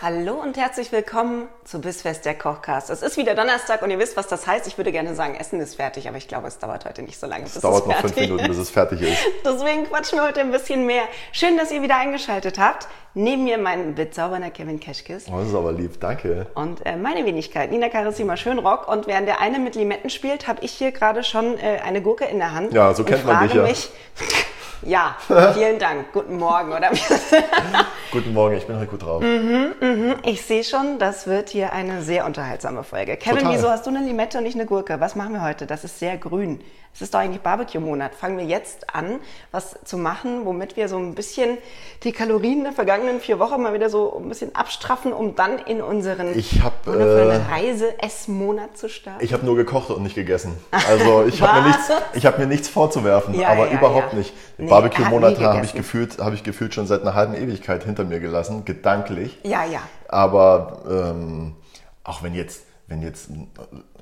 Hallo und herzlich willkommen zu Bissfest der Kochcast. Es ist wieder Donnerstag und ihr wisst, was das heißt. Ich würde gerne sagen, Essen ist fertig, aber ich glaube, es dauert heute nicht so lange. Es dauert noch fünf Minuten, bis es fertig ist. Deswegen quatschen wir heute ein bisschen mehr. Schön, dass ihr wieder eingeschaltet habt. Neben mir mein bezaubernder Kevin Keschkes Oh, das ist aber lieb, danke. und äh, meine Wenigkeit, Nina Carissima Schönrock. Und während der eine mit Limetten spielt, habe ich hier gerade schon äh, eine Gurke in der Hand. Ja, so kennt und man frage dich ja. mich, ja, vielen Dank. Guten Morgen, oder? Guten Morgen, ich bin heute gut drauf. Ich sehe schon, das wird hier eine sehr unterhaltsame Folge. Kevin, Total. wieso hast du eine Limette und nicht eine Gurke? Was machen wir heute? Das ist sehr grün. Es ist doch eigentlich Barbecue-Monat. Fangen wir jetzt an, was zu machen, womit wir so ein bisschen die Kalorien der vergangenen vier Wochen mal wieder so ein bisschen abstraffen, um dann in unseren Ich hab, wundervollen äh, Reise-Ess-Monat zu starten. Ich habe nur gekocht und nicht gegessen. Also ich habe mir, Was? nichts- ich hab mir nichts vorzuwerfen, Ja, aber ja, überhaupt ja. nicht. Den Nee, hat Barbecue-Monat nie habe ich, gegessen. gefühlt- hab ich gefühlt schon seit einer halben Ewigkeit hinter mir gelassen, gedanklich. ja, ja. Aber ähm, auch wenn jetzt, wenn jetzt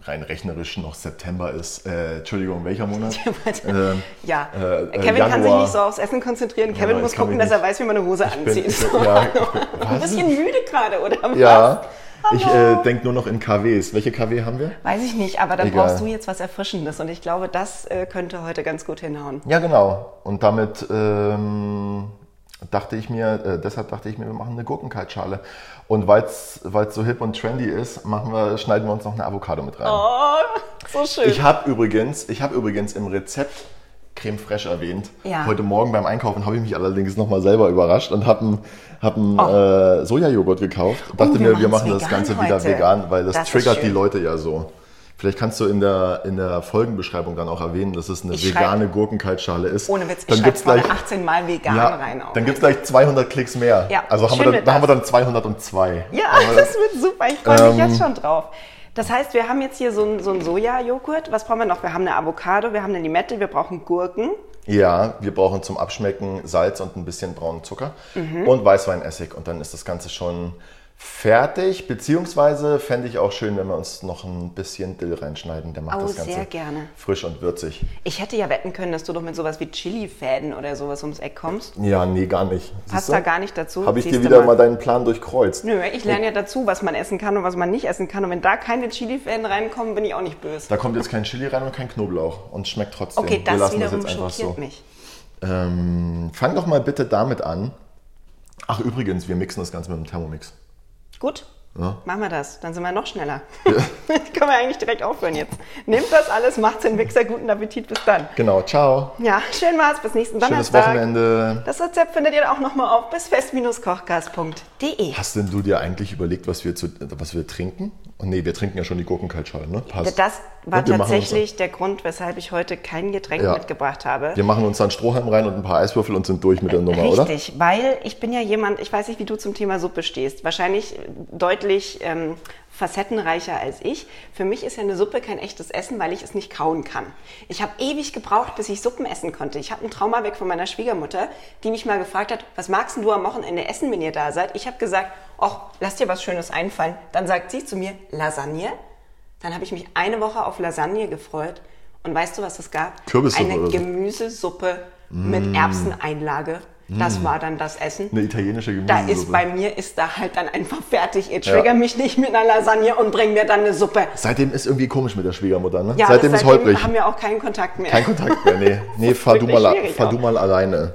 rein rechnerisch noch September ist, äh, Entschuldigung, welcher Monat? Ähm, Ja, äh, äh, Kevin kann sich Januar. nicht so aufs Essen konzentrieren. Kevin ich muss kann gucken, dass mich er nicht- weiß, wie man eine Hose anzieht. ich bin- ja, ich bin- ein was? bisschen müde gerade, oder? Ja, Was? ich Hallo? äh, denke nur noch in KWs. Welche KW haben wir? Weiß ich nicht, aber dann Egal. brauchst du jetzt was Erfrischendes und ich glaube, das äh, könnte heute ganz gut hinhauen. Ja, genau. Und damit ähm, dachte ich mir, äh, deshalb dachte ich mir, wir machen eine Gurkenkaltschale. Und weil es so hip und trendy ist, machen wir, schneiden wir uns noch eine Avocado mit rein. Oh, so schön. Ich habe übrigens, ich habe übrigens im Rezept Creme Fraiche erwähnt. Ja. Heute Morgen beim Einkaufen habe ich mich allerdings nochmal selber überrascht und habe einen hab einen, äh, Sojajoghurt gekauft. Dachte Oh. wir mir, wir machen's machen das vegan Ganze heute. wieder vegan, weil das, Das ist triggert die schön. Leute ja so. Vielleicht kannst du in der, in der Folgenbeschreibung dann auch erwähnen, dass es eine Ich vegane Gurkenkaltschale ist. Ohne Witz, ich dann schreibe gibt's vorne gleich, 18 Mal vegan ja, rein. Auch. dann gibt's gleich 200 Klicks mehr. Ja, also haben schön wir, dann, wird da haben wir das. dann 202. ja, Aber das wird super. Ich freue mich Ähm. jetzt schon drauf. Das heißt, wir haben jetzt hier so einen so einen Soja-Joghurt. Was brauchen wir noch? Wir haben eine Avocado, wir haben eine Limette, wir brauchen Gurken. Ja, wir brauchen zum Abschmecken Salz und ein bisschen braunen Zucker Mhm. und Weißweinessig. Und dann ist das Ganze schon fertig. Beziehungsweise fände ich auch schön, wenn wir uns noch ein bisschen Dill reinschneiden. Der macht Oh, das Ganze sehr gerne. frisch und würzig. Ich hätte ja wetten können, dass du doch mit sowas wie Chili-Fäden oder sowas ums Eck kommst. Ja, nee, gar nicht. Passt da gar nicht dazu. Habe ich Siehst dir du wieder mal. deinen Plan durchkreuzt. Nö, ich lerne ja dazu, was man essen kann und was man nicht essen kann. Und wenn da keine Chili-Fäden reinkommen, bin ich auch nicht böse. Da kommt jetzt kein Chili rein und kein Knoblauch und schmeckt trotzdem. Okay, wir das lassen wiederum das jetzt einfach schockiert so. mich. Ähm, fang doch mal bitte damit an. Ach, übrigens, wir mixen das Ganze mit dem Thermomix. Gut, Ja. machen wir das. Dann sind wir noch schneller. Können wir eigentlich direkt aufhören jetzt. Nehmt das alles, macht's in den Mixer. Guten Appetit, bis dann. Genau, ciao. Ja, schön war's. Bis nächsten Schönes Donnerstag. Wochenende. Das Rezept findet ihr auch nochmal auf bisfest-kochgas.de. Hast denn du dir eigentlich überlegt, was wir, zu, was wir trinken? Oh, nee, wir trinken ja schon die Gurkenkaltschale, ne? Passt. Das war Und wir machen tatsächlich der Grund, weshalb ich heute kein Getränk Ja. mitgebracht habe. Uns, wir machen uns dann Strohhalm rein und ein paar Eiswürfel und sind durch mit der Nummer, oder? Richtig, weil ich bin ja jemand, ich weiß nicht, wie du zum Thema Suppe stehst. Wahrscheinlich deutlich ähm, facettenreicher als ich. Für mich ist ja eine Suppe kein echtes Essen, weil ich es nicht kauen kann. Ich habe ewig gebraucht, bis ich Suppen essen konnte. Ich habe ein Trauma weg von meiner Schwiegermutter, die mich mal gefragt hat, was magst denn du am Wochenende essen, wenn ihr da seid? Ich habe gesagt, ach, lass dir was Schönes einfallen. Dann sagt sie zu mir, Lasagne. Dann habe ich mich eine Woche auf Lasagne gefreut. Und weißt du, was es gab? Kürbissuppe Eine oder so. Gemüsesuppe Mm. mit Erbseneinlage. Das war dann das Essen. Eine italienische Da Mm. Gemüsesuppe. ist bei mir ist da halt dann einfach fertig. Ihr trigger Ja. mich nicht mit einer Lasagne und bring mir dann eine Suppe. seitdem ist irgendwie komisch mit der Schwiegermutter, ne? Ja, seitdem ist holprig. haben wir auch keinen Kontakt mehr. Kein Kontakt mehr, nee. Nee, fahr, du wirklich mal, schwierig fahr auch. du mal alleine.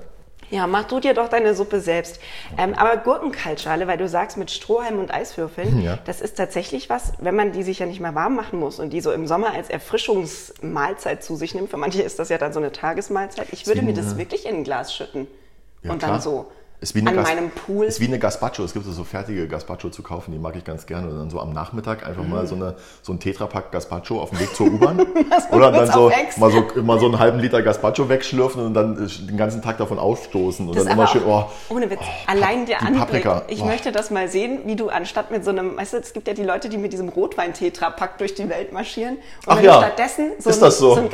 Ja, mach du dir doch deine Suppe selbst. Ähm, aber Gurkenkaltschale, weil du sagst mit Strohhalm und Eiswürfeln, Ja. das ist tatsächlich was, wenn man die sich ja nicht mehr warm machen muss und die so im Sommer als Erfrischungsmahlzeit zu sich nimmt. Für manche ist das ja dann so eine Tagesmahlzeit. Ich würde mir das wirklich in ein Glas schütten Ja, und klar. dann so Ist wie eine An Gas- meinem Pool. Ist wie eine Gazpacho. Es gibt so fertige Gazpacho zu kaufen, die mag ich ganz gerne. Und dann so am Nachmittag einfach Mhm. mal so, eine, so ein Tetrapack Gazpacho auf dem Weg zur U-Bahn. Oder dann kurz so auf Ex. mal, so mal so einen halben Liter Gazpacho wegschlürfen und dann äh, den ganzen Tag davon ausstoßen. Und Das dann immer aber schön, oh, auch- ohne Witz, Pa- allein der die Anblick. Paprika. Oh, Ich Boah. möchte das mal sehen, wie du anstatt mit so einem, weißt du, es gibt ja die Leute, die mit diesem Rotwein-Tetrapack durch die Welt marschieren. Und Ach wenn ja. du stattdessen so Ist ein, das so? ein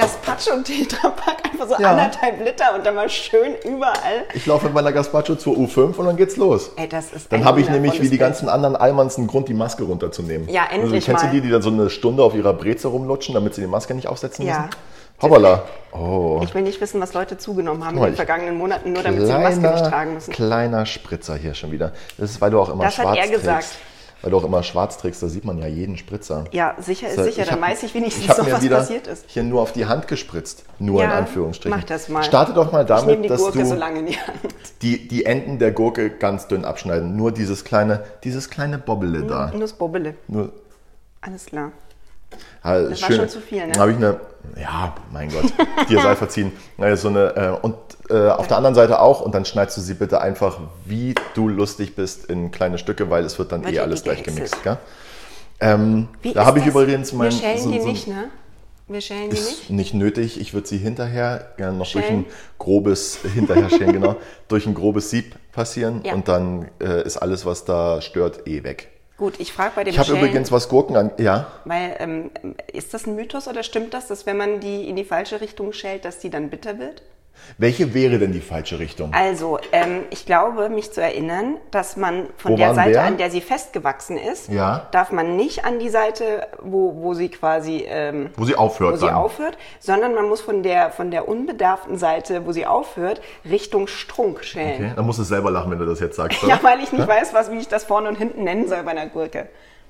Gazpacho-Tetrapack, einfach so Ja. anderthalb Liter und dann mal schön überall. ich laufe mit meiner Gazpacho zur U5 und dann geht's los. Ey, das ist Dann ein habe ich nämlich wie die wundervolles ganzen anderen Almans einen Grund, die Maske runterzunehmen. Also, Ja, endlich kennst mal. du die, die dann so eine Stunde auf ihrer Breze rumlutschen, damit sie die Maske nicht aufsetzen Ja. müssen? Hoppala. Oh, Bild. Ich will nicht wissen, was Leute zugenommen haben in mal, den ich- vergangenen Monaten, nur damit sie die Maske nicht tragen kleiner, müssen. kleiner Spritzer hier schon wieder. Das ist, weil du auch immer Das hat schwarz er gesagt. trägst. Weil du auch immer schwarz trägst, da sieht man ja jeden Spritzer. Ja, sicher ist So, sicher, ich dann hab- weiß ich wenigstens ich hab noch, mir was wieder passiert ist. Hier nur auf die Hand gespritzt. Nur in Ja, Anführungsstrichen. mach das mal. Starte doch mal Ich nehme die damit, dass Gurke du so lange in die Hand. die, die Enden der Gurke ganz dünn abschneiden. Nur dieses kleine, dieses kleine Bobbele da. Nur das Bobbele. Nur, Alles klar. Ja, Das war schön. schon zu viel, ne? Da habe ich eine, ja, mein Gott, dir sei verziehen. Naja, so eine, äh, und äh, auf der anderen Seite auch, und dann schneidest du sie bitte einfach, wie du lustig bist, in kleine Stücke, weil es wird dann Wird eh ja alles eh gleich gehäckselt. gemixt, gell? Ähm, Wie da ist habe ich das? übrigens Wir mein. schälen so- die so- nicht, ne? Wir schälen die nicht. Ist nicht nötig. Ich würde sie hinterher gerne noch Schälen. durch ein grobes, hinterher schälen, genau, durch ein grobes Sieb passieren Ja. und dann äh, ist alles, was da stört, eh weg. Gut, ich frage bei dem Ich habe Schälen, übrigens was Gurken an. Ja. weil ähm, ist das ein Mythos oder stimmt das, dass wenn man die in die falsche Richtung schält, dass die dann bitter wird? Welche wäre denn die falsche Richtung? Also, ähm, ich glaube, mich zu erinnern, dass man von Wo der waren Seite, wir? an der sie festgewachsen ist, Ja. darf man nicht an die Seite, wo, wo sie quasi ähm, Wo sie aufhört wo sie dann. aufhört, sondern man muss von der, von der unbedarften Seite, wo sie aufhört, Richtung Strunk schälen. Okay, dann musst du selber lachen, wenn du das jetzt sagst. oder? Ja, weil ich nicht weiß, was, wie ich das vorne und hinten nennen soll bei einer Gurke.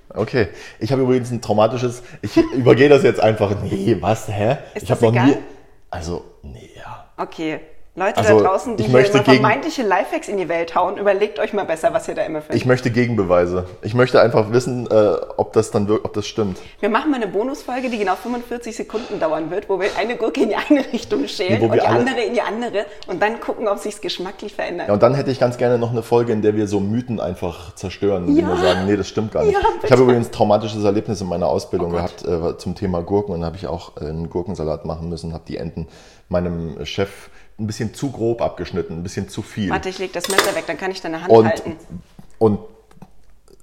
Okay, ich habe übrigens ein traumatisches. Ich übergehe das jetzt einfach. Nee, was? Hä? Ist ich das habe noch nie. egal? Also, nee, ja. Okay. Leute Also, da draußen, die ich hier möchte immer gegen- vermeintliche Lifehacks in die Welt hauen, überlegt euch mal besser, was ihr da immer Ich findet. möchte Gegenbeweise. Ich möchte einfach wissen, äh, ob das dann wirklich, ob das stimmt. Wir machen mal eine Bonusfolge, die genau 45 Sekunden dauern wird, wo wir eine Gurke in die eine Richtung schälen Nee, wo und wir die alle- andere in die andere und dann gucken, ob sich's geschmacklich verändert. Ja, und dann hätte ich ganz gerne noch eine Folge, in der wir so Mythen einfach zerstören und die Ja. nur sagen, nee, das stimmt gar nicht. Ja, ich habe bitte. Oh übrigens traumatisches Erlebnis in meiner Ausbildung gehabt äh, zum Thema Gurken und da habe ich auch äh, einen Gurkensalat machen müssen, habe die Enten meinem Chef ein bisschen zu grob abgeschnitten, ein bisschen zu viel. Warte, ich leg das Messer weg, dann kann ich deine Hand Und, halten. und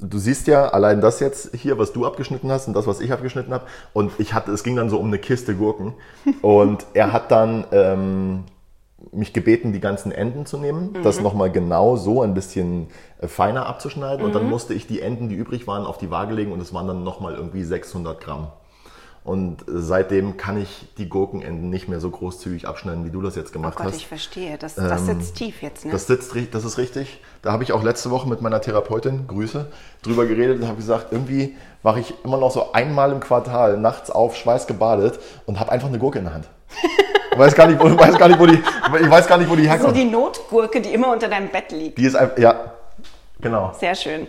du siehst ja allein das jetzt hier, was du abgeschnitten hast und das, was ich abgeschnitten habe. Und ich hatte, es ging dann so um eine Kiste Gurken. Und er hat dann ähm, mich gebeten, die ganzen Enden zu nehmen, Mhm. das nochmal genau so ein bisschen äh, feiner abzuschneiden. Und Mhm. dann musste ich die Enden, die übrig waren, auf die Waage legen und es waren dann nochmal irgendwie 600 Gramm. Und äh, seitdem kann ich die Gurkenenden nicht mehr so großzügig abschneiden, wie du das Oh jetzt gemacht Gott, hast. ich verstehe. Das, das sitzt tief jetzt, ne? Das sitzt richtig, das ist richtig. Da habe ich auch letzte Woche mit meiner Therapeutin, Grüße, drüber geredet und habe gesagt, irgendwie wache ich immer noch so einmal im Quartal nachts auf, schweißgebadet und habe einfach eine Gurke in der Hand. Ich weiß gar nicht, wo, weiß gar nicht, wo die, ich weiß gar nicht, wo die so herkommt. die Notgurke, die immer unter deinem Bett liegt. Die ist einfach, ja, genau. Sehr schön.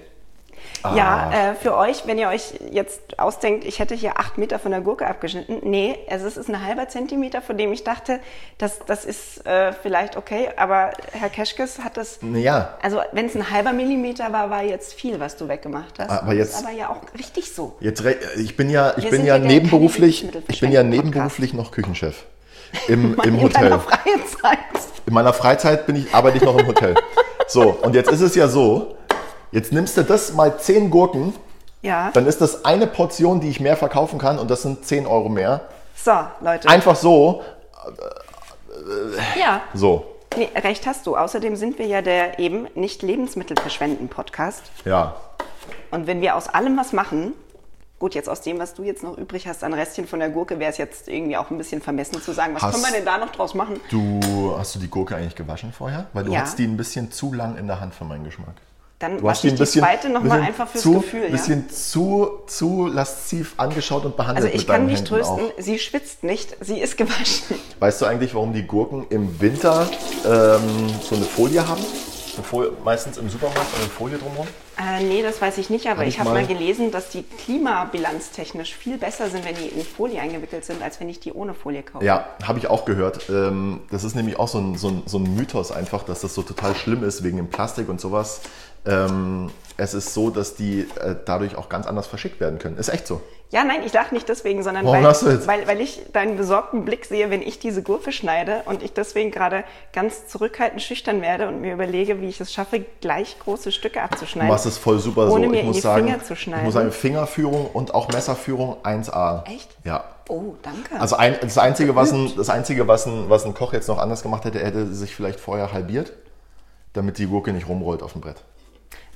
Ah. Ja, äh, für euch, wenn ihr euch jetzt ausdenkt, ich hätte hier acht Meter von der Gurke abgeschnitten. Nee, also es ist ein halber Zentimeter, von dem ich dachte, das, das ist äh, vielleicht okay, aber Herr Keschkes hat das. Hm. Naja, Also, wenn es ein halber Millimeter war, war jetzt viel, was du weggemacht hast. Aber jetzt- Das ist aber ja auch richtig so. jetzt, re- ich bin ja, ich Wir bin sind ja hier der nebenberuflich, keine ich bin ja Lebensmittelverschwendung-Podcast. nebenberuflich noch Küchenchef im, In im deiner Hotel. freien Zeit. In meiner Freizeit bin ich, arbeite ich noch im Hotel. So, und jetzt ist es ja so, jetzt nimmst du das mal 10 Gurken, Ja. dann ist das eine Portion, die ich mehr verkaufen kann und das sind 10 Euro mehr. So, Leute. Einfach so, ja. so, Nee, recht hast du. Außerdem sind wir ja der eben nicht Lebensmittel verschwenden Podcast. ja. Und wenn wir aus allem was machen, gut, jetzt aus dem, was du jetzt noch übrig hast, an Restchen von der Gurke, wäre es jetzt irgendwie auch ein bisschen vermessen zu sagen, was Hast- können wir denn da noch draus machen? Du, hast du die Gurke eigentlich gewaschen vorher? Weil du Ja. hast die ein bisschen zu lang in der Hand für meinen Geschmack. Dann Du hast wasche die ich ein die bisschen, zweite nochmal bisschen einfach fürs zu, Gefühl. Ja? bisschen zu, zu lasziv angeschaut und behandelt Also ich mit kann deinen mich Händen trösten, auch. sie schwitzt nicht, sie ist gewaschen. Weißt du eigentlich, warum die Gurken im Winter ähm, so eine Folie haben? Eine Folie, meistens im Supermarkt eine Folie drumherum. Äh, nee, das weiß ich nicht, aber Hab ich ich habe mal mal- gelesen, dass die klimabilanztechnisch viel besser sind, wenn die in Folie eingewickelt sind, als wenn ich die ohne Folie kaufe. Ja, habe ich auch gehört. Ähm, das ist nämlich auch so ein, so, ein, so ein Mythos einfach, dass das so total schlimm ist wegen dem Plastik und sowas. Ähm, es ist so, dass die äh, dadurch auch ganz anders verschickt werden können. Ist echt so. Ja, nein, ich lache nicht deswegen, sondern Warum weil, lachst du jetzt? Weil, weil ich deinen besorgten Blick sehe, wenn ich diese Gurke schneide und ich deswegen gerade ganz zurückhaltend schüchtern werde und mir überlege, wie ich es schaffe, gleich große Stücke abzuschneiden. Was ist voll super Ohne so. mir ich in muss die sagen, Finger zu schneiden. ich muss sagen, Fingerführung und auch Messerführung 1A. Echt? Ja. Oh, danke. Also ein, das Einzige, was ein, das Einzige was, ein, was ein Koch jetzt noch anders gemacht hätte, er hätte sie sich vielleicht vorher halbiert, damit die Gurke nicht rumrollt auf dem Brett.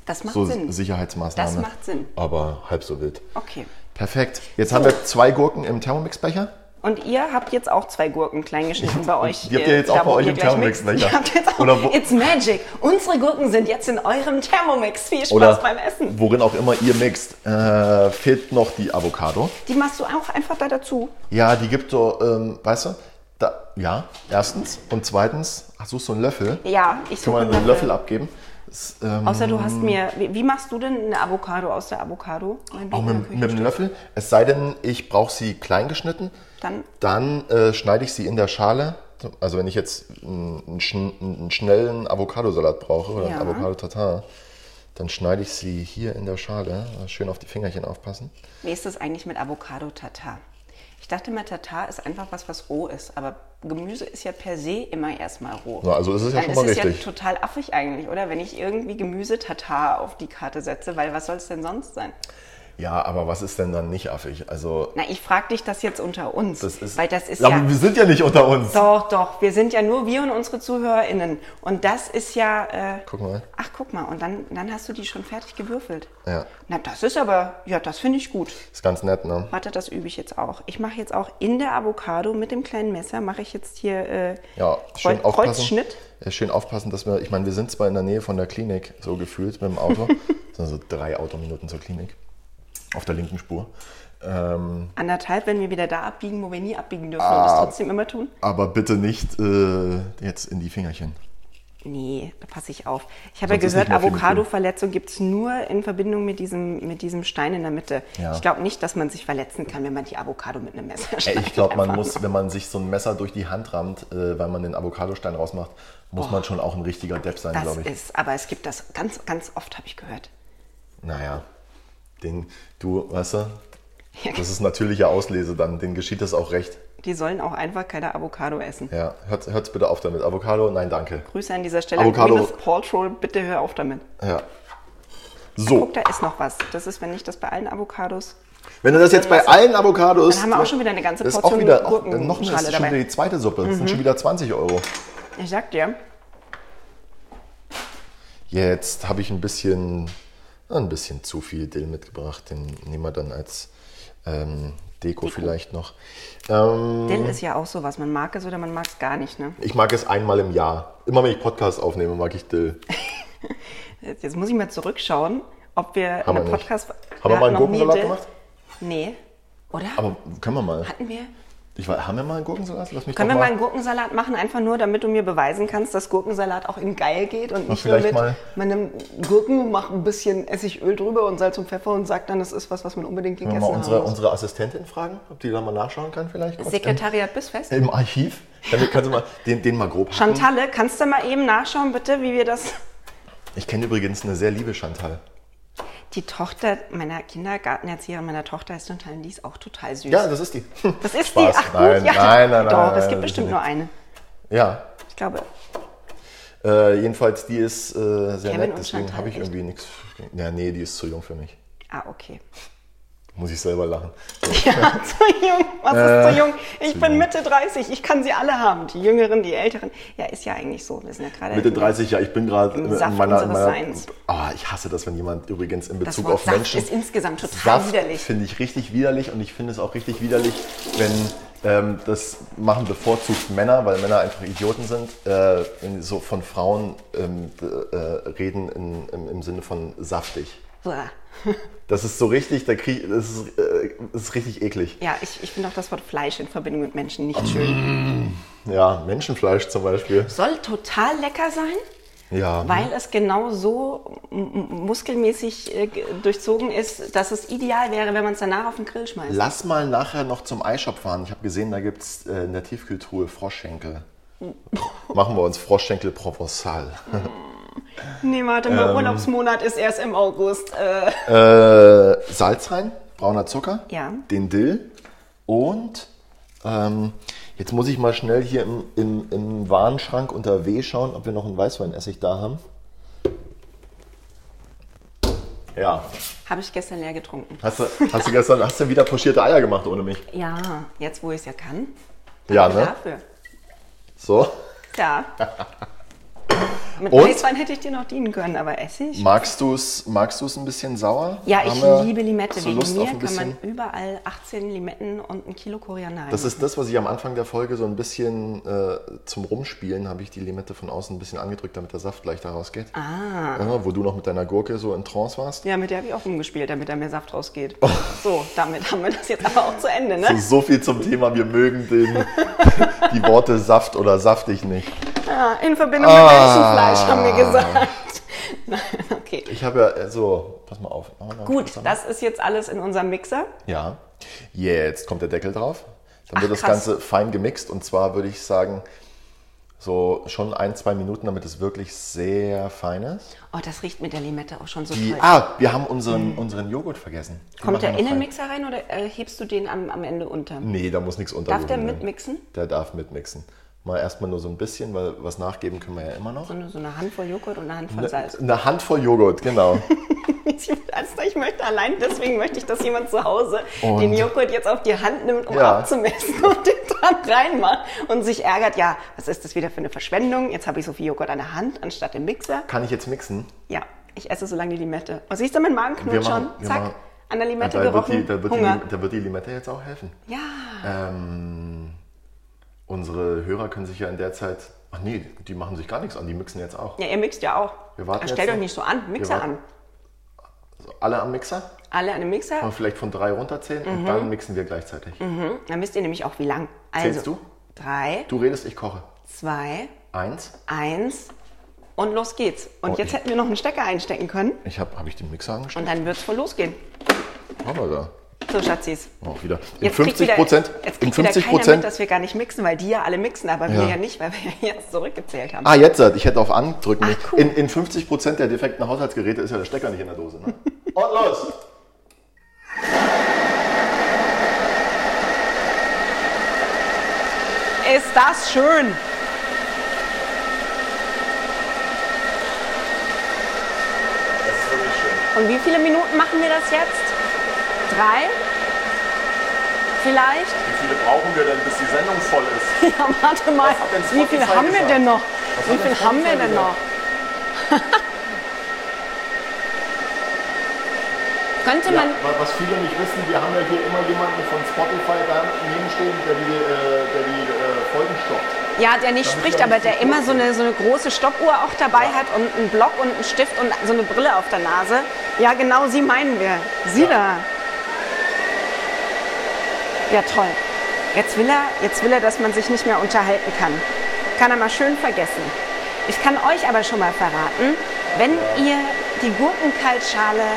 das macht so Sinn. Sicherheitsmaßnahme. Das macht Sinn. Aber halb so wild. Okay. Perfekt. Jetzt haben wir zwei Gurken im Thermomix-Becher. Und ihr habt jetzt auch zwei Gurken klein geschnitten bei euch. die habt ihr äh, jetzt auch da, bei wo euch ihr im gleich Thermomix, mixt. ne? Ihr habt jetzt auch, Oder wo- it's magic. Unsere Gurken sind jetzt in eurem Thermomix. Viel Spaß Oder beim Essen. worin auch immer ihr mixt. Äh, fehlt noch die Avocado. Die machst du auch einfach da dazu. Ja, die gibt so, ähm, weißt du, da, ja, erstens. Und zweitens, ach, suchst du einen Löffel? Ja, ich Kann suche man einen einen Löffel Löffel. abgeben? Das, ähm, Außer du hast mir, wie, wie machst du denn eine Avocado aus der Avocado? Mein auch Bild in mit, der Küche mit einem Löffel. Es sei denn, ich brauche sie klein geschnitten. Dann- Dann äh, schneide ich sie in der Schale. Also wenn ich jetzt einen, einen, schn- einen schnellen Avocadosalat brauche oder Ja. einen Avocado-Tatar, dann schneide ich sie hier in der Schale. Schön auf die Fingerchen aufpassen. steht. Wie ist das eigentlich mit Avocado Tatar? Ich dachte immer, Tatar ist einfach was, was roh ist. Aber Gemüse ist ja per se immer erstmal roh. Na, also ist es ja Dann schon ist mal es richtig. ja total affig eigentlich, oder? Wenn ich irgendwie Gemüse Tatar auf die Karte setze, weil was soll es denn sonst sein? Ja, aber was ist denn dann nicht affig? Also Na, ich frage dich das jetzt unter uns, das ist. weil das ist aber ja wir sind ja nicht unter uns. doch, doch. Wir sind ja nur wir und unsere ZuhörerInnen. Und das ist ja. Äh, Guck mal. Ach, guck mal. Und dann, dann hast du die schon fertig gewürfelt. Ja. Na, das ist aber. Ja, das finde ich gut. Ist ganz nett, ne? Warte, das übe ich jetzt auch. Ich mache jetzt auch in der Avocado mit dem kleinen Messer, mache ich jetzt hier äh, Ja, schön Kreuz, aufpassen. Kreuzschnitt. Ja, schön aufpassen, dass wir. Ich meine, wir sind zwar in der Nähe von der Klinik, so gefühlt mit dem Auto. Das sind so drei Autominuten zur Klinik. Auf der linken Spur. Ähm, Anderthalb, wenn wir wieder da abbiegen, wo wir nie abbiegen Ah. dürfen und das trotzdem immer tun. aber bitte nicht äh, jetzt in die Fingerchen. Nee, da passe ich auf. Ich habe ja Sonst ist gehört, nicht mehr viel mit Avocado-Verletzung gibt es nur in Verbindung mit diesem, mit diesem Stein in der Mitte. Ja. Ich glaube nicht, dass man sich verletzen kann, wenn man die Avocado mit einem Messer Ey, schneidet. ich glaube, man Einfach muss, wenn man sich so ein Messer durch die Hand rammt, äh, weil man den Avocadostein rausmacht, muss man schon auch ein richtiger Depp sein, Das glaube ich. ist, aber es gibt das ganz, ganz oft, habe ich gehört. Naja, den, du, weißt du, das ist natürliche Auslese dann, denen geschieht das auch recht. Die sollen auch einfach keine Avocado essen. Ja, hört, hört's bitte auf damit. Avocado, nein, danke. Grüße an dieser Stelle Avocado. an Gwyneth Paltrow, bitte hör auf damit. Ja. Guck, So, da ist noch was. Das ist, wenn nicht das bei allen Avocados. wenn du das jetzt bei allen Avocados. Dann haben wir auch schon wieder eine ganze ist Portion auch wieder, auch, Gurkenschale noch eine, ist schon dabei. Mhm. wieder die zweite Suppe. Das sind schon wieder 20 Euro. Ich sag dir, Jetzt habe ich ein bisschen, ein bisschen zu viel Dill mitgebracht. Den nehmen wir dann als ähm, Deko, vielleicht noch. Ähm, Dill ist ja auch sowas. Man mag es oder man mag es gar nicht. Ne? ich mag es einmal im Jahr. Immer wenn ich Podcast aufnehme, mag ich Dill. Jetzt, jetzt muss ich mal zurückschauen, ob wir Haben wir eine nicht. Podcast... Haben wir mal einen noch nie Gurkensalat Dill- gemacht? Nee. Oder? Aber können wir mal. Hatten wir? Ich weiß, haben wir mal einen Gurkensalat? Lass mich Können doch wir mal einen Gurkensalat machen, einfach nur, damit du mir beweisen kannst, dass Gurkensalat auch in geil geht und nicht nur vielleicht mit, mal- man nimmt Gurken, macht ein bisschen Essigöl drüber und Salz und Pfeffer und sagt dann, das ist was, was man unbedingt Können wir gegessen mal unsere, haben muss. unsere Assistentin fragen, ob die da mal nachschauen kann vielleicht? kurz Sekretariat bis fest? Im, im Archiv? Damit kannst du mal den, den mal grob hacken. Chantalle, kannst du mal eben nachschauen, bitte, wie wir das... Ich kenne übrigens eine sehr liebe Chantal. Die Tochter meiner Kindergartenerzieherin, meiner Tochter ist total, die ist auch total süß. Ja, das ist die. das ist Spaß. die. Ach gut, nein, ja. nein, nein, nein. Doch, nein, es gibt nein, bestimmt nicht. nur eine. Ja, Ich glaube, äh, jedenfalls die ist äh, sehr Kevin nett, und deswegen Chantal, habe ich echt? irgendwie nichts. Ja, nee, die ist zu jung für mich. ah, okay. Muss ich selber lachen. Ja, zu jung. Was ist zu Äh, jung? Ich zu bin jung. Mitte 30. Ich kann sie alle haben. Die Jüngeren, die Älteren. Ja, ist ja eigentlich so. Wir sind ja gerade. Mitte 30, ja, ich bin gerade Im in Saft meiner. In unseres meiner Seins. Ah, ich hasse das, wenn jemand übrigens in Das Bezug Wort auf Saft Menschen. ist insgesamt total widerlich. finde ich richtig widerlich und ich finde es auch richtig widerlich, wenn ähm, das machen bevorzugt Männer, weil Männer einfach Idioten sind, äh, wenn sie so von Frauen ähm, d- äh, reden in, im, im Sinne von saftig. Uah. Das ist so richtig, da krieg, das, ist, äh, das ist richtig eklig. Ja, ich, ich finde auch das Wort Fleisch in Verbindung mit Menschen nicht schön. Ja, Menschenfleisch zum Beispiel. Soll total lecker sein. Ja. weil es genau so m- m- muskelmäßig äh, g- durchzogen ist, dass es ideal wäre, wenn man es danach auf den Grill schmeißt. Lass mal nachher noch zum Eishop fahren. Ich habe gesehen, da gibt es äh, in der Tiefkühltruhe Froschschenkel. Machen wir uns Froschschenkel Provençal. Nee, warte Ähm. mal, Urlaubsmonat ist erst im August. Äh. Äh, Salz rein, brauner Zucker, Ja. den Dill und ähm, jetzt muss ich mal schnell hier im, im, im Warenschrank unter W schauen, ob wir noch einen Weißweinessig da haben. Ja, Habe ich gestern leer getrunken. hast du, hast du gestern hast du wieder pochierte Eier gemacht ohne mich? Ja, jetzt wo ich es ja kann. Ja, Danke ne? Dafür. So. Ja. Mit Und? Eiswein hätte ich dir noch dienen können, aber Essig? Magst du es magst du's ein bisschen sauer? Ja, Haben ich wir liebe Limette. So Wegen Lust mir auf ein kann bisschen. man überall 18 Limetten und ein Kilo Koriander Das reinmachen. ist das, was ich am Anfang der Folge so ein bisschen äh, zum Rumspielen habe ich die Limette von außen ein bisschen angedrückt, damit der Saft leichter rausgeht. Ah. Ja, wo du noch mit deiner Gurke so in Trance warst. Ja, mit der habe ich auch rumgespielt, damit da mehr Saft rausgeht. Oh. So, damit haben wir das jetzt aber auch zu Ende, So, ne? so viel zum Thema, wir mögen den, die Worte Saft oder saftig nicht. Ja, in Verbindung mit Ah. Menschenfleisch haben wir gesagt. Nein, okay. Ich habe ja, äh, so, pass mal auf. Machen wir noch Gut, zusammen. das ist jetzt alles in unserem Mixer. Ja, jetzt kommt der Deckel drauf. Dann wird Ach, das krass. Ganze fein gemixt und zwar würde ich sagen, so schon ein, zwei Minuten, damit es wirklich sehr fein ist. Oh, das riecht mit der Limette auch schon so Die, toll. Hm. ah, wir haben unseren, unseren Joghurt vergessen. Den machen Kommt der wir in noch den rein. Mixer rein oder äh, hebst du den am, am Ende unter? Nee, da muss nichts unter. Darf der mitmixen? Der darf mitmixen. Mal erstmal nur so ein bisschen, weil was nachgeben können wir ja immer noch. So eine, so eine Handvoll Joghurt und eine Handvoll Eine, Salz. eine Handvoll Joghurt, genau. Ich, also ich möchte allein, deswegen möchte ich, dass jemand zu Hause Und- den Joghurt jetzt auf die Hand nimmt, um Ja. abzumessen und den dran reinmacht und sich ärgert, ja, was ist das wieder für eine Verschwendung? Jetzt habe ich so viel Joghurt an der Hand anstatt im Mixer. Kann ich jetzt mixen? Ja, ich esse so lange die Limette. Oh, siehst du, mein Magen Wir knurrt machen- schon. wir Zack, machen- an der Limette da, wird die, gerochen, da, wird die, Hunger. da wird die Limette jetzt auch helfen. ja, Ähm, unsere Hörer können sich ja in der Zeit. Ach nee, die machen sich gar nichts an, die mixen jetzt auch. ja, ihr mixt ja auch. Wir warten Stellt jetzt euch noch. nicht so an, Mixer Wir warten- an. Also alle am Mixer, Alle an den Mixer, mal vielleicht von drei runterzählen Mhm. und dann mixen wir gleichzeitig. Dann wisst ihr nämlich auch, wie lang. Also, Zählst du? Drei, Du redest, ich koche. zwei, Eins. eins und los geht's. Und Oh, jetzt ich- hätten wir noch einen Stecker einstecken können Ich habe hab ich den Mixer angeschnitten? und dann wird's voll losgehen. Haben wir da. So, Schatzis. Auch wieder. In Jetzt kriegt 50 wieder, Prozent. jetzt In kriegt wieder 50 keiner mit, Prozent. dass wir gar nicht mixen, weil die ja alle mixen, aber Ja. wir ja nicht, weil wir ja jetzt zurückgezählt haben. Ah, jetzt, ich hätte auf Andrücken. Ach, müssen. cool. in, in 50 Prozent der defekten Haushaltsgeräte ist ja der Stecker nicht in der Dose. Ne? Und los! Ist das schön! Das ist wirklich schön. Und wie viele Minuten machen wir das jetzt? Drei? Vielleicht? Wie viele brauchen wir denn, bis die Sendung voll ist? Ja, warte mal. Was hat denn Wie viel Spotify haben wir gesagt? denn noch? Was Wie hat denn viel haben wir Spotify denn noch? gesagt? Könnte Ja, man wa- was viele nicht wissen, wir haben ja hier immer jemanden von Spotify daneben stehen, der die, äh, der die äh, Folgen stoppt. Ja, der nicht Damit spricht, wir aber nicht der zu immer kurz so eine, so eine große Stoppuhr auch dabei hat und einen Block und einen Stift und so eine Brille auf der Nase. Ja, genau sie meinen wir. Sie da. Ja, toll. Jetzt will, er, jetzt will er, dass man sich nicht mehr unterhalten kann. Kann er mal schön vergessen. Ich kann euch aber schon mal verraten, wenn ihr die Gurkenkaltschale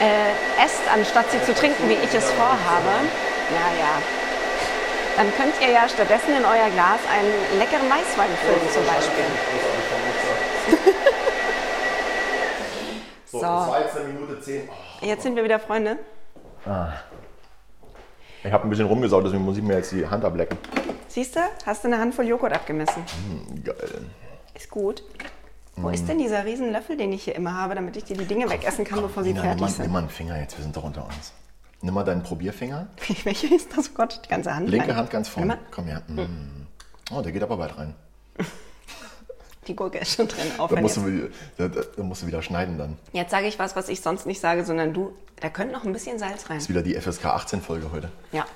äh, esst, anstatt sie zu trinken, wie ich es vorhabe, naja, dann könnt ihr ja stattdessen in euer Glas einen leckeren Weißwein füllen zum Beispiel. So, das war jetzt eine Minute zehn. Oh. Jetzt sind wir wieder Freunde. Ich habe ein bisschen rumgesaut, deswegen muss ich mir jetzt die Hand ablecken. Siehst du, hast du eine Handvoll Joghurt abgemessen. Geil. Ist gut. Wo ist denn dieser riesen Löffel, den ich hier immer habe, damit ich dir die Dinge wegessen kann, bevor sie Nina, nimm, fertig mal, nimm sind? mal einen Finger jetzt, wir sind doch unter uns. Nimm mal deinen Probierfinger. Welche ist das? Oh Gott, die ganze Hand. Linke rein. Hand halt ganz Nimm vorne. mal. Komm her. Mm. Oh, der geht aber weit rein. Die Gurke ist schon drin. Auf Da musst, du, wieder- da, da, da musst du wieder schneiden dann. Jetzt sage ich was, was ich sonst nicht sage, sondern du, da könnte noch ein bisschen Salz rein. Ist wieder die FSK 18 Folge heute. Ja.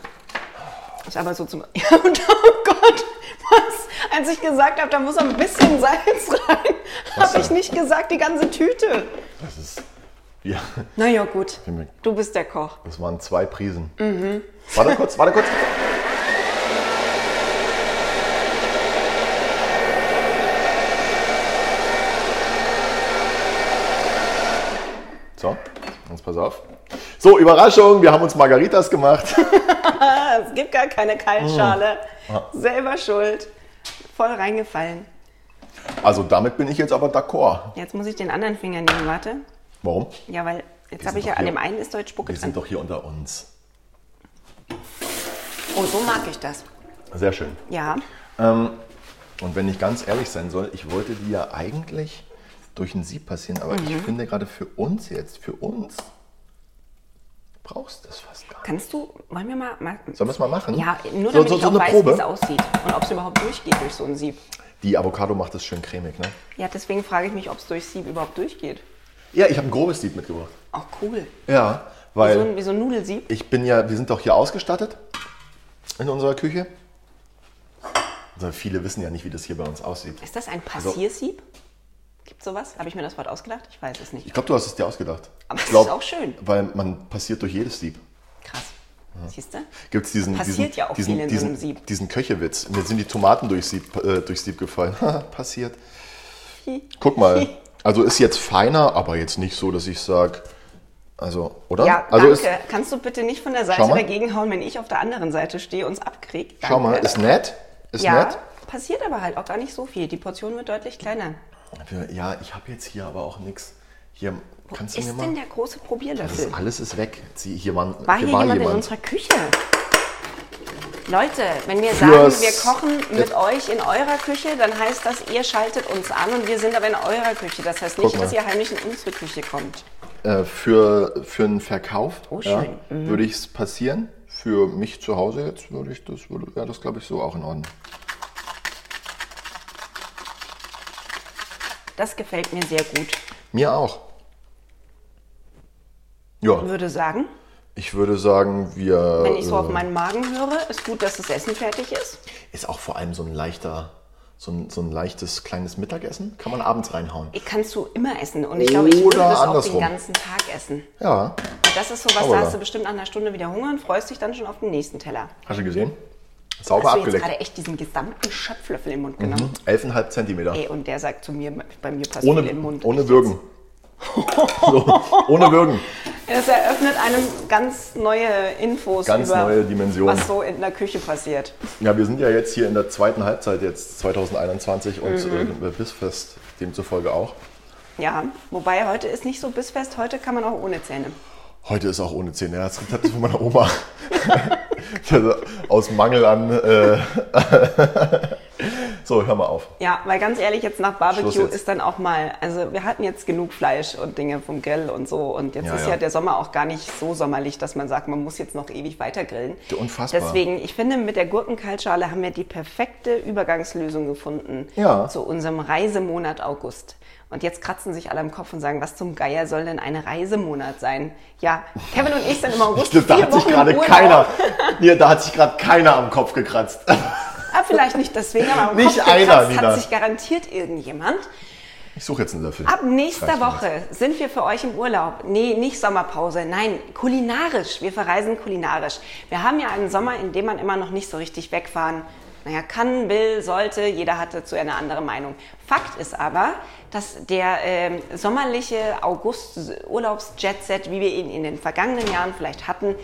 Ist aber so zum. Ja, und oh Gott, was? Als ich gesagt habe, da muss ein bisschen Salz rein, Was habe denn? ich nicht gesagt, die ganze Tüte. Das ist. Ja, Na ja, gut. Finde ich. Du bist der Koch. das waren zwei Prisen. Mhm. Warte kurz, warte kurz. So, jetzt pass auf. So, Überraschung, wir haben uns Margaritas gemacht. Es gibt gar keine Kaltschale. Oh. Ah. Selber schuld. Voll reingefallen. Also damit bin ich jetzt aber d'accord. Jetzt muss ich den anderen Finger nehmen, warte. Warum? Ja, weil jetzt sind habe ich doch ja an hier. dem einen ist Deutsch Spucke Wir dran. sind doch hier unter uns. Oh, so mag ich das. Sehr schön. Ja. Ähm, und wenn ich ganz ehrlich sein soll, ich wollte die ja eigentlich durch ein Sieb passieren, aber Mhm. ich finde gerade für uns jetzt, für uns, brauchst du das fast gar nicht. Kannst du, wollen wir mal. mal Sollen wir es mal machen? ja, nur so, damit so, ich so auch eine weiß, wie Probe. es aussieht und ob es überhaupt durchgeht durch so ein Sieb. Die Avocado macht es schön cremig, ne? Ja, deswegen frage ich mich, ob es durch Sieb überhaupt durchgeht. Ja, ich habe ein grobes Sieb mitgebracht. Ach, cool. Ja, Wie weil so, ein, wie so ein Nudelsieb. ich bin ja, wir sind doch hier ausgestattet in unserer Küche. Also viele wissen ja nicht, wie das hier bei uns aussieht. Ist das ein Also- Passiersieb? Gibt sowas? Habe ich mir das Wort ausgedacht? Ich weiß es Ich nicht. glaube, du hast es dir ausgedacht. Aber Ich es glaub, ist auch schön. Weil man passiert durch jedes Sieb. Krass. Siehst du? Gibt es diesen, Passiert diesen, ja auch diesen, viel in so diesen, einem Sieb. diesen Köchewitz. Mir sind die Tomaten durchs Sieb, äh, durchs Sieb gefallen. Haha, passiert. Guck mal. Also ist jetzt feiner, aber jetzt nicht so, dass ich sage, also, oder? Ja, also danke. Ist, Kannst du bitte nicht von der Schau Seite mal. dagegen hauen, wenn ich auf der anderen Seite stehe und es abkrieg? Danke. schau mal, ist nett. Ist ja, nett. passiert aber halt auch gar nicht so viel. Die Portion wird deutlich kleiner. Wir- Ja, ich habe jetzt hier aber auch nichts. Hier, kannst du Ist mir denn mal. der große Das Probierlöffel? ist, alles ist weg. Sie, hier waren, War hier, hier war jemand, in jemand. unserer Küche? Leute, wenn wir sagen, wir Fürs- kochen mit Jetzt- euch in eurer Küche, dann heißt das, ihr schaltet uns an und wir sind aber in eurer Küche. Das heißt Guck nicht, dass mal. ihr heimlich in unsere Küche kommt. Äh, für, für einen Verkauf Oh, ja, schön. würde ich es passieren. Für mich zu Hause jetzt würde ich das, würde, wäre das glaube ich so auch in Ordnung. Das gefällt mir sehr gut. Mir auch. Ja, Würde sagen, ich würde sagen, wir. wenn ich so auf äh, meinen Magen höre, ist gut, dass das Essen fertig ist. ist auch vor allem so ein leichter, so ein, so ein leiches kleines Mittagessen. Kann man abends reinhauen. Ich kannst du immer essen und ich glaube, ich würde Oder das auch andersrum. den ganzen Tag essen. Ja, Und das ist sowas, Aber- da hast du bestimmt nach einer Stunde wieder Hunger und freust dich dann schon auf den nächsten Teller. hast du gesehen? Sauber Hast du Also jetzt abgeleckt. gerade echt diesen gesamten Schöpflöffel im Mund genommen? Mhm. 11,5 Zentimeter. Ey, und der sagt zu mir, bei mir passt viel ohne, in den Mund. ohne Würgen. so, ohne Würgen. Das eröffnet einem ganz neue Infos Ganz über, neue Dimensionen. was so in der Küche passiert. Ja, wir sind ja jetzt hier in der zweiten Halbzeit jetzt 2021 und Mhm. äh, Bissfest demzufolge auch. Ja, wobei heute ist nicht so bissfest, heute kann man auch ohne Zähne. Heute ist auch ohne Zähne. Ja, Das Rezept ist von meiner Oma. Also Aus Mangel an. Äh, so, hör mal auf. Ja, weil ganz ehrlich, jetzt nach Schluss Barbecue jetzt. ist dann auch mal, also wir hatten jetzt genug Fleisch und Dinge vom Grill und so und jetzt Ja, ist ja. ja. der Sommer auch gar nicht so sommerlich, dass man sagt, man muss jetzt noch ewig weiter grillen. Unfassbar. Deswegen, ich finde, mit der Gurkenkaltschale haben wir die perfekte Übergangslösung gefunden Ja. zu unserem Reisemonat August. Und jetzt kratzen sich alle am Kopf und sagen, was zum Geier soll denn ein Reisemonat sein? Ja, Kevin und ich sind im August Da vier hat sich Wochen im gerade Urlaub. keiner. Nee, da hat sich gerade keiner am Kopf gekratzt. Ah, vielleicht nicht deswegen, aber am Nicht Kopf einer, gekratzt Nina. hat sich garantiert irgendjemand. Ich suche jetzt einen Löffel. Ab nächster Reicht mir Woche sind wir für euch im Urlaub. Nee, nicht Sommerpause. Nein, kulinarisch. Wir verreisen kulinarisch. Wir haben ja einen Sommer, in dem man immer noch nicht so richtig wegfahren. Naja, kann, will, sollte, jeder hat dazu eine andere Meinung. Fakt ist aber, dass der ähm, sommerliche August-Urlaubs-Jet-Set, wie wir ihn in den vergangenen Jahren vielleicht hatten,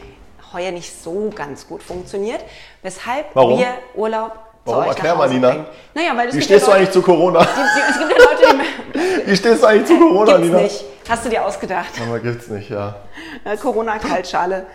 heuer nicht so ganz gut funktioniert. Weshalb Warum? wir Urlaub Warum? zu euch Erklär nach mal, Hause Nina. bringen. Naja, weil es Wie gibt ja stehst du Leute- eigentlich zu Corona? Es gibt ja Leute, die Wie stehst du eigentlich zu Corona, Gibt's Nina? nicht. Hast du dir ausgedacht. Aber gibt's nicht, ja. Äh, Corona-Kaltschale.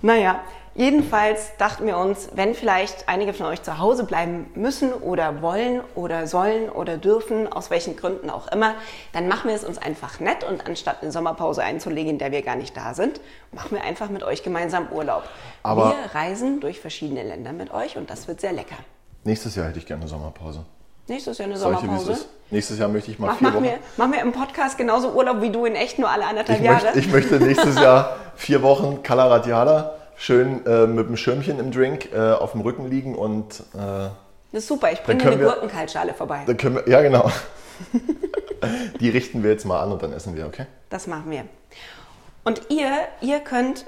Naja, jedenfalls dachten wir uns, wenn vielleicht einige von euch zu Hause bleiben müssen oder wollen oder sollen oder dürfen, aus welchen Gründen auch immer, dann machen wir es uns einfach nett und anstatt eine Sommerpause einzulegen, in der wir gar nicht da sind, machen wir einfach mit euch gemeinsam Urlaub. Aber- wir reisen durch verschiedene Länder mit euch und das wird sehr lecker. Nächstes Jahr hätte ich gerne eine Sommerpause. Nächstes Jahr eine Sag ich dir, wie es Sommerpause. ist. Nächstes Jahr möchte ich mal Mach, vier mach, Wochen. mir, mach mir im Podcast genauso Urlaub wie du in echt, nur alle anderthalb Ich Jahre. möchte, ich möchte nächstes Jahr vier Wochen Cala Radiala schön äh, mit dem Schirmchen im Drink äh, auf dem Rücken liegen und äh, Das ist super, ich bringe dir können eine wir- Gurkenkaltschale vorbei. dann können wir, ja genau. Die richten wir jetzt mal an und dann essen wir, okay? Das machen wir. Und ihr, ihr könnt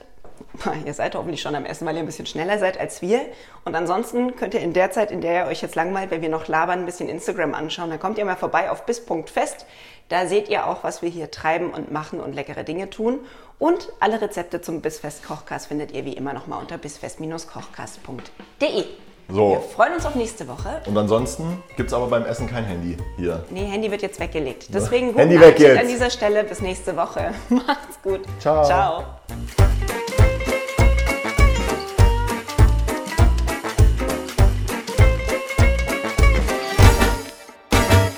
ihr seid hoffentlich schon am Essen, weil ihr ein bisschen schneller seid als wir. Und ansonsten könnt ihr in der Zeit, in der ihr euch jetzt langweilt, wenn wir noch labern, ein bisschen Instagram anschauen. Dann kommt ihr mal vorbei auf bis.fest. Da seht ihr auch, was wir hier treiben und machen und leckere Dinge tun. Und alle Rezepte zum Bissfest Kochkast findet ihr wie immer nochmal unter bissfest-kochkast.de. So. Wir freuen uns auf nächste Woche. Und ansonsten gibt es aber beim Essen kein Handy hier. Nee, Handy wird jetzt weggelegt. Deswegen guten Handy weg Appetit jetzt. an dieser Stelle. Bis nächste Woche. Macht's gut. Ciao. Ciao.